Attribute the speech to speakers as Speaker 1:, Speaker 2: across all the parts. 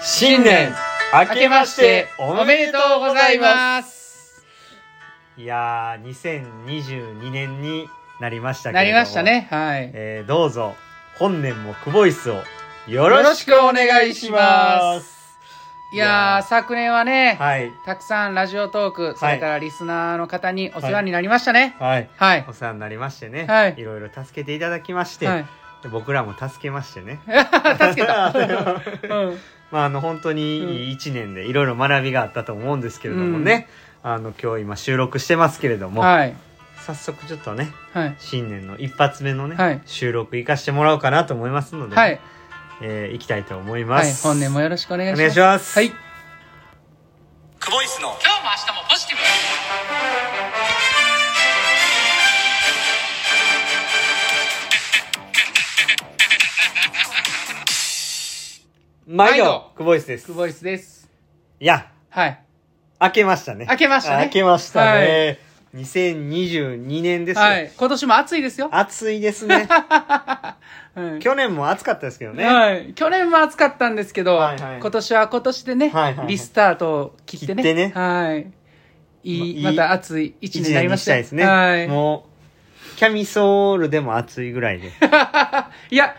Speaker 1: 新年明けましておめでとうございますすいやー2022年になりましたけ
Speaker 2: な
Speaker 1: れど
Speaker 2: り
Speaker 1: も
Speaker 2: ました、ねはい
Speaker 1: えーどうぞ本年もクボイスをよ
Speaker 2: よ
Speaker 1: ろ
Speaker 2: ろ
Speaker 1: し
Speaker 2: し
Speaker 1: く
Speaker 2: く
Speaker 1: お
Speaker 2: お
Speaker 1: 願
Speaker 2: 願
Speaker 1: い
Speaker 2: い
Speaker 1: し
Speaker 2: し
Speaker 1: ま
Speaker 2: ますいやー昨年はね、
Speaker 1: はい
Speaker 2: たくさんラジオトーク、それからリスナーの方にお世話になりましたね
Speaker 1: はい
Speaker 2: はい
Speaker 1: お世話になりましてね、
Speaker 2: はい
Speaker 1: ろいろ助けていただきまして、
Speaker 2: はい、
Speaker 1: で僕らも助けまして ね
Speaker 2: 助け た、うん
Speaker 1: まああの本当にいい1年でいろいろ学びがあったと思うんですけれどもね、あの今日今収録してますけれども、
Speaker 2: はい
Speaker 1: 早速ちょっとね
Speaker 2: はい
Speaker 1: 新年の一発目のね、
Speaker 2: はい
Speaker 1: 収録行かしてもらおうかなと思いますので、
Speaker 2: はい、
Speaker 1: えー行きたいと思いま
Speaker 2: はい、
Speaker 1: す、
Speaker 2: 本年もよろしくお願いし
Speaker 1: お
Speaker 2: ます
Speaker 1: 願いします
Speaker 2: はい
Speaker 1: クボイスの
Speaker 2: 今日も明日もポジティブ
Speaker 1: 毎
Speaker 2: 毎
Speaker 1: 度
Speaker 2: 度
Speaker 1: クボイスです
Speaker 2: クボイスです
Speaker 1: いや
Speaker 2: はい
Speaker 1: 開けましたね
Speaker 2: 明けましたね
Speaker 1: 開けましたね、2022年ですよ、
Speaker 2: はい今年も暑いですよ、
Speaker 1: 暑いですね
Speaker 2: うん
Speaker 1: 去年も暑かったですけどね、
Speaker 2: はい、去年も暑かったんですけど、
Speaker 1: はいはい
Speaker 2: 今年は今年でね、
Speaker 1: はいはいはい
Speaker 2: リスタートを切ってね
Speaker 1: 切ってね
Speaker 2: はいいい
Speaker 1: ま
Speaker 2: ま
Speaker 1: いい
Speaker 2: た暑い一
Speaker 1: 一
Speaker 2: 年になり
Speaker 1: 年
Speaker 2: ま
Speaker 1: に
Speaker 2: し
Speaker 1: したた
Speaker 2: よ
Speaker 1: いですね、
Speaker 2: はい、
Speaker 1: もうキャミソールでも暑いぐら いで
Speaker 2: いや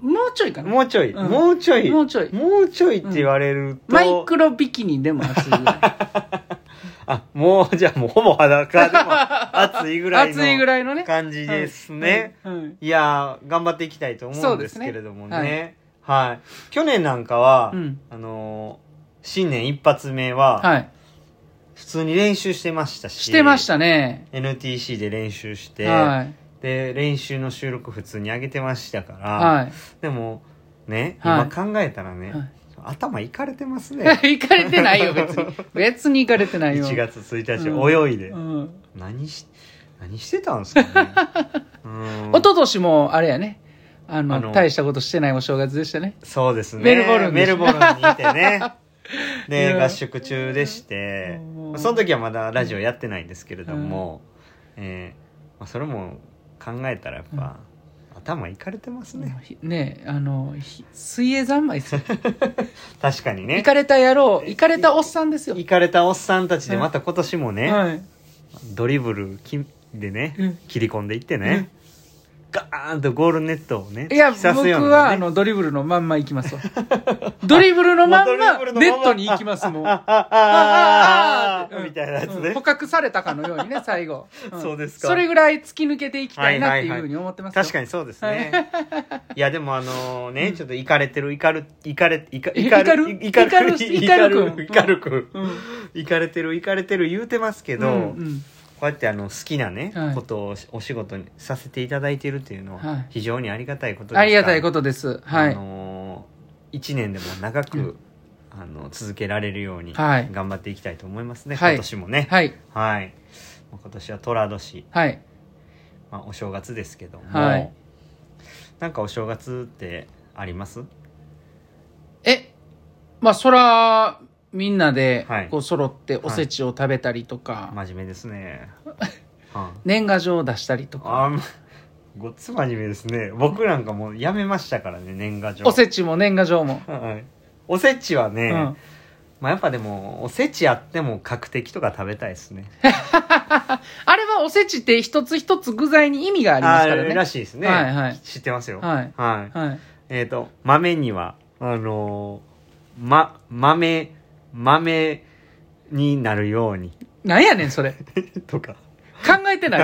Speaker 2: もうちょいかな
Speaker 1: もうちょい、
Speaker 2: うん
Speaker 1: もうちょい
Speaker 2: もうちょい
Speaker 1: もうちょいって言われると、
Speaker 2: マイクロビキニでも暑いぐら
Speaker 1: あ、もう、じゃあもうほぼ裸 でも暑 いぐら
Speaker 2: い
Speaker 1: い
Speaker 2: 暑いぐ
Speaker 1: の
Speaker 2: らいのね
Speaker 1: 感じですね。
Speaker 2: はいはい
Speaker 1: いやー、頑張っていきたいと思
Speaker 2: そううんで
Speaker 1: ですす
Speaker 2: ね
Speaker 1: けれどもね。はい。去年なんかは、
Speaker 2: うん
Speaker 1: あのー新年一発目は、
Speaker 2: はい
Speaker 1: 普通に練習してましたし、
Speaker 2: してましたね
Speaker 1: NTC で練習して、
Speaker 2: はい
Speaker 1: で、練習の収録普通に上げてましたから、
Speaker 2: はい
Speaker 1: でも、ね、
Speaker 2: はい
Speaker 1: 今考えたらね、
Speaker 2: はい
Speaker 1: 頭いかれてますね。
Speaker 2: 行かれてないよ別 に別に行かれてないよ
Speaker 1: 1月1日、
Speaker 2: うん
Speaker 1: 泳いで。
Speaker 2: うん
Speaker 1: 何し何してたんですかね うーん
Speaker 2: 一昨年もあれやねあの
Speaker 1: あの
Speaker 2: 大したことしてないお正月でしたね
Speaker 1: そうですね
Speaker 2: メルボルンで
Speaker 1: メ
Speaker 2: し
Speaker 1: ル
Speaker 2: た
Speaker 1: ボルンにいてね
Speaker 2: い
Speaker 1: で
Speaker 2: や
Speaker 1: 合宿中でして
Speaker 2: うん
Speaker 1: その時はまだラジオやってないんですけれども、えーまあ、それも考えたらやっぱ、頭いかれてますね
Speaker 2: ひねえあのひ水泳三昧ですよ
Speaker 1: 確かに
Speaker 2: 行
Speaker 1: ね
Speaker 2: かれた野郎行かれたおっさんですよ
Speaker 1: いかれたおっさんたちでまた今年もね、
Speaker 2: はい
Speaker 1: ドリブルきでね、
Speaker 2: うん
Speaker 1: 切り込んでいってね、ガーンとゴールネットをね
Speaker 2: いや
Speaker 1: 突き刺
Speaker 2: 僕
Speaker 1: すようなね
Speaker 2: はあのドリブルのまんま行き ますわドリブルのまんまネットに行きますもう
Speaker 1: あ
Speaker 2: あ
Speaker 1: あああ
Speaker 2: ー
Speaker 1: みたいなやつ
Speaker 2: うん
Speaker 1: ね
Speaker 2: 捕。獲されたかのようにね最後、ん
Speaker 1: そうですか
Speaker 2: それぐらい突き抜けていきたいなっていうふうに思ってますよ
Speaker 1: 確かにそうですね。いや、でもあのね、ちょっとイカれてる、イカる、イカれ、イカ、イカイカる、イカる、イカるく、イカれてる、イカれてる言うてますけ
Speaker 2: け
Speaker 1: ど、
Speaker 2: うんう
Speaker 1: こ
Speaker 2: ん
Speaker 1: うやってあの、好きなね
Speaker 2: は、い
Speaker 1: ことをお仕事にさせていただいてるっていうの
Speaker 2: は、
Speaker 1: はい非常にありがたいことですから
Speaker 2: ありがたいことですは
Speaker 1: あ
Speaker 2: い
Speaker 1: のー、1年でも長く、
Speaker 2: うん
Speaker 1: あの続けられるように
Speaker 2: はい
Speaker 1: 頑張っていきたいと思いますね、
Speaker 2: はい
Speaker 1: 今年もね
Speaker 2: はい
Speaker 1: はい、まあ今年は寅年、
Speaker 2: はい
Speaker 1: まあ、お正月ですけども、
Speaker 2: はい
Speaker 1: なんかお正月ってあります
Speaker 2: えまあそらみんなで
Speaker 1: はい
Speaker 2: こう揃っておせちを食べたりとか、
Speaker 1: 真面目です ね、は
Speaker 2: 年賀状を出したりとか
Speaker 1: あ、あんごっつ真面目ですね僕なんかもうやめましたからね年賀状
Speaker 2: おせちも年賀状も、
Speaker 1: はいおせちはね、
Speaker 2: うん
Speaker 1: まあやっぱでもおせちあっても角的とか食べたいですね
Speaker 2: あれはおせちって一つ一つ具材に意味がありますから
Speaker 1: あ
Speaker 2: ね
Speaker 1: るらしいですね、
Speaker 2: はいはい
Speaker 1: 知ってますよ
Speaker 2: はい
Speaker 1: はい
Speaker 2: はい、
Speaker 1: えっ、と、豆には、あのーま、豆、豆になるように、
Speaker 2: なんやねんそれ
Speaker 1: とか。
Speaker 2: 考えて な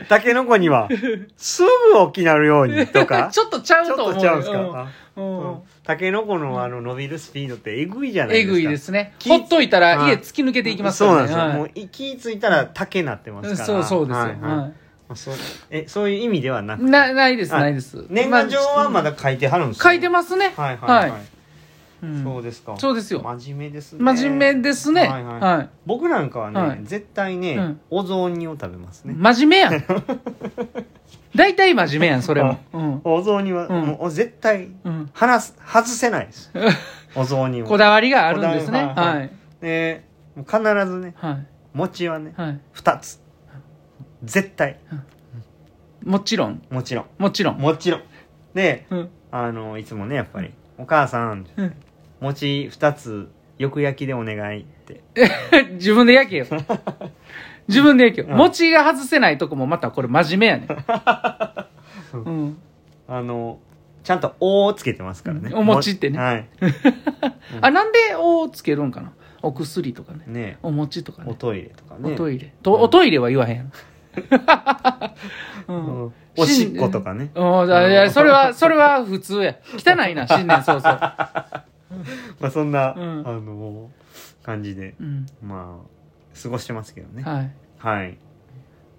Speaker 2: い
Speaker 1: タケノコには、すぐ大きなるよ うに、とか。
Speaker 2: ちょっとちゃう
Speaker 1: ちょっ
Speaker 2: と思う
Speaker 1: とちゃうんです
Speaker 2: うん
Speaker 1: か。
Speaker 2: う
Speaker 1: あ
Speaker 2: ん
Speaker 1: うんタケノコのあの伸びるスピードってえぐいじゃないで
Speaker 2: え
Speaker 1: すか。
Speaker 2: ぐいですね
Speaker 1: き
Speaker 2: ほっといたら
Speaker 1: はい
Speaker 2: 家突き抜けていきます
Speaker 1: そうな
Speaker 2: か
Speaker 1: んですよ。
Speaker 2: ら
Speaker 1: も
Speaker 2: ね
Speaker 1: うい気付いたら竹なってま
Speaker 2: は
Speaker 1: す
Speaker 2: い
Speaker 1: から。
Speaker 2: そうそうですよ、
Speaker 1: はいはい
Speaker 2: は
Speaker 1: あそうえ、そういう意味ではないくて。
Speaker 2: なないです
Speaker 1: はい
Speaker 2: ないです
Speaker 1: 年賀状は
Speaker 2: ま
Speaker 1: まだ書いてはるんです
Speaker 2: あ書いて
Speaker 1: ま
Speaker 2: ますね
Speaker 1: はいはいはい。
Speaker 2: うん
Speaker 1: そうですか。
Speaker 2: そうですよ
Speaker 1: 真面目ですね。
Speaker 2: 真面目ですね。
Speaker 1: はいはい
Speaker 2: は
Speaker 1: 僕なんかはね、
Speaker 2: はい
Speaker 1: 絶対ね、
Speaker 2: うん
Speaker 1: お雑煮を食べます
Speaker 2: い。
Speaker 1: ね。
Speaker 2: 真面目やん。大体真面目やん、そ れも。うん。
Speaker 1: お雑煮は、
Speaker 2: うん
Speaker 1: もう絶対、
Speaker 2: うん。
Speaker 1: 話す、外せないです。お雑煮
Speaker 2: こ
Speaker 1: を。
Speaker 2: だわりがあるんですね。
Speaker 1: こだわ
Speaker 2: は
Speaker 1: り
Speaker 2: い。
Speaker 1: で、もう必ずね、
Speaker 2: はい。
Speaker 1: 餅はね、
Speaker 2: はい。
Speaker 1: 二つ。絶対。
Speaker 2: もちろん。
Speaker 1: もちろん。
Speaker 2: もちろん。
Speaker 1: もちろん。で、
Speaker 2: うん。
Speaker 1: あの、いつもね、やっぱり、お母さん
Speaker 2: うん
Speaker 1: 餅2つよく焼きでお願いって
Speaker 2: 自分で焼け よ。自分で焼けよ。
Speaker 1: うん
Speaker 2: 餅が外せないとこもまたこれ真面目やね。 うん。
Speaker 1: あのちゃんと「お」をつけてますからね
Speaker 2: うんお餅ってね
Speaker 1: もはい
Speaker 2: あ、なんで、おつけるんかなお薬とかね。
Speaker 1: ね
Speaker 2: お餅とか
Speaker 1: お
Speaker 2: ね。
Speaker 1: トイレとかね
Speaker 2: おトイレ。とおトイレは言わへんやろ。 うん
Speaker 1: うんおしっことかね、
Speaker 2: おーいやそれは、それは普通や。汚いな、新年早々。
Speaker 1: まあ、そんな、
Speaker 2: うん
Speaker 1: あの感じで
Speaker 2: うん。
Speaker 1: まあ過ごしてますけどね
Speaker 2: はい。
Speaker 1: はい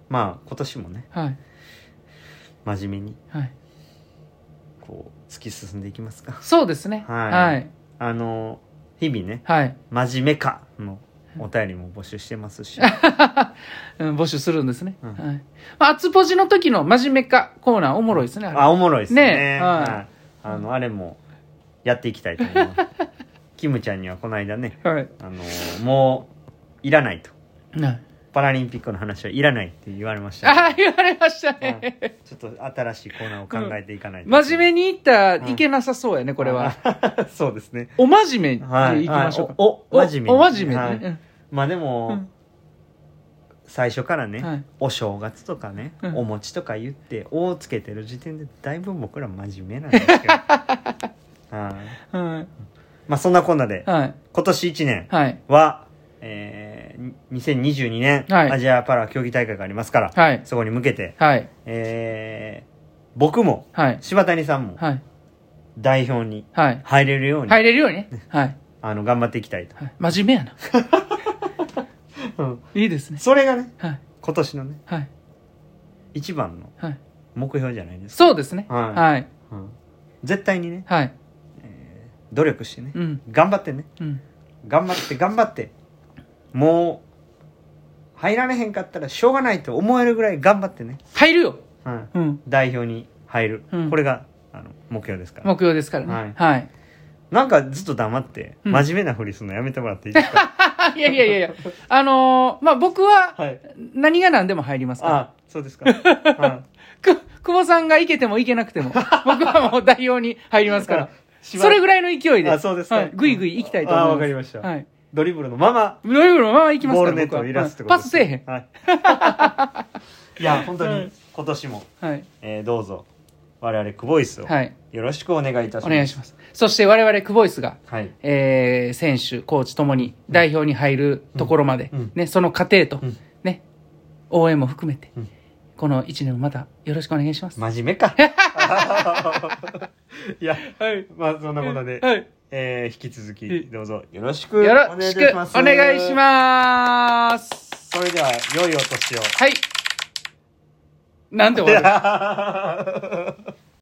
Speaker 1: まあ今年もね
Speaker 2: はい。
Speaker 1: 真面目に
Speaker 2: はい。
Speaker 1: こう突き進んでいきますか
Speaker 2: そうですね。
Speaker 1: はい
Speaker 2: はい。
Speaker 1: あの日々ね
Speaker 2: はい。
Speaker 1: 「真面目か」のお便りも募集してますし
Speaker 2: うん募集するんですね。
Speaker 1: うん
Speaker 2: はい。まあ、厚ポジの時の真面目かコーナーおもろいですね。あれ
Speaker 1: あおもろいですね
Speaker 2: ねえはい
Speaker 1: はいあのあれもやっていきたいと思いますキムちゃんにはこの間ね
Speaker 2: はい。
Speaker 1: あのもういらないと
Speaker 2: はい
Speaker 1: パラリンピックの話はいらないって言われましたね、
Speaker 2: ああ、言われましたね。
Speaker 1: ちょっと新しいコーナーを考えていかないと、
Speaker 2: 真面目に言ったらいけなさそうやね、これは。
Speaker 1: あそうですね
Speaker 2: お真面目
Speaker 1: は
Speaker 2: にい
Speaker 1: い
Speaker 2: きましょうか。
Speaker 1: おお真面目に
Speaker 2: お真面
Speaker 1: は
Speaker 2: 目
Speaker 1: い
Speaker 2: にね。
Speaker 1: まあでも、
Speaker 2: うん
Speaker 1: 最初からね、
Speaker 2: はい
Speaker 1: お正月とかね、
Speaker 2: うん
Speaker 1: お餅とか言って「お」をつけてる時点でだいぶ僕ら真面目なんです けどはい
Speaker 2: うんはい。
Speaker 1: まあそんなこんなで
Speaker 2: はい。
Speaker 1: 今年1年
Speaker 2: はい。
Speaker 1: は、えー、2022年、
Speaker 2: はい
Speaker 1: アジアパラ競技大会がありますから、
Speaker 2: はい。
Speaker 1: そこに向けて、
Speaker 2: はい。
Speaker 1: えー、僕も
Speaker 2: はい。
Speaker 1: 柴谷さんも
Speaker 2: はい。
Speaker 1: 代表に
Speaker 2: はい。
Speaker 1: 入れるように、
Speaker 2: 入れるようにね。はい。
Speaker 1: あの頑張っていきたいと、
Speaker 2: はい真面目やな。
Speaker 1: うん
Speaker 2: いいですね。
Speaker 1: それがね
Speaker 2: はい。
Speaker 1: 今年のね
Speaker 2: はい。
Speaker 1: 一番の
Speaker 2: はい。
Speaker 1: 目標じゃないですか、
Speaker 2: そうですね。
Speaker 1: はい
Speaker 2: はい。
Speaker 1: うん絶対にね
Speaker 2: はい。
Speaker 1: 努力してね、
Speaker 2: うん。
Speaker 1: 頑張ってね
Speaker 2: うん。
Speaker 1: 頑張って頑張ってもう入られへんかったらしょうがないと思えるぐらい頑張ってね、
Speaker 2: 入るよ。
Speaker 1: うん
Speaker 2: うん。
Speaker 1: 代表に入る、
Speaker 2: うん
Speaker 1: これがあの目標ですから
Speaker 2: 目標ですからね。はい。
Speaker 1: なんかずっと黙って、
Speaker 2: うん
Speaker 1: 真面目なふりするのやめてもらっていいですか
Speaker 2: あ、いやいやいやいや。あのーまあ、僕 は、
Speaker 1: はい。
Speaker 2: 何が何でも入りますから。
Speaker 1: あ、そ うですか。は
Speaker 2: く、久保さんがいけてもいけなくて も、僕はもう代表に入りますから。
Speaker 1: い
Speaker 2: それぐらいの勢いで。
Speaker 1: あそうですか
Speaker 2: はいぐいぐい行きたいと思います。
Speaker 1: あわかりました
Speaker 2: はい。
Speaker 1: ドリブルのまま、
Speaker 2: ドリブルのまま行きますか
Speaker 1: ボー
Speaker 2: ら
Speaker 1: ルネットを
Speaker 2: 僕は
Speaker 1: 揺らすって
Speaker 2: はい
Speaker 1: こと
Speaker 2: パ
Speaker 1: で
Speaker 2: ス
Speaker 1: す
Speaker 2: せえへ
Speaker 1: ね、
Speaker 2: ん。
Speaker 1: はい。 いや、本当に今年も、
Speaker 2: はい。
Speaker 1: えーどうぞ、我々、クボイスを
Speaker 2: はい。
Speaker 1: よろしくお願いいたします。
Speaker 2: お願いします。そして我々、クボイスが、
Speaker 1: はい。
Speaker 2: えー、選手、コーチともに代表に入るところまで、
Speaker 1: うんうん
Speaker 2: ね、その過程と、
Speaker 1: うん
Speaker 2: ね、応援も含めて、
Speaker 1: うん
Speaker 2: この一年もまたよろしくお願いします。
Speaker 1: 真面目 か。いや、
Speaker 2: はい。
Speaker 1: まあそんなことで、
Speaker 2: はい。
Speaker 1: えー引き続き、どうぞよろしくお
Speaker 2: よ
Speaker 1: 願
Speaker 2: ろ
Speaker 1: い
Speaker 2: し
Speaker 1: い
Speaker 2: くお
Speaker 1: たします。
Speaker 2: 願いします。
Speaker 1: す。それでは、良いお年を。
Speaker 2: はい。なんで終わる
Speaker 1: Yeah.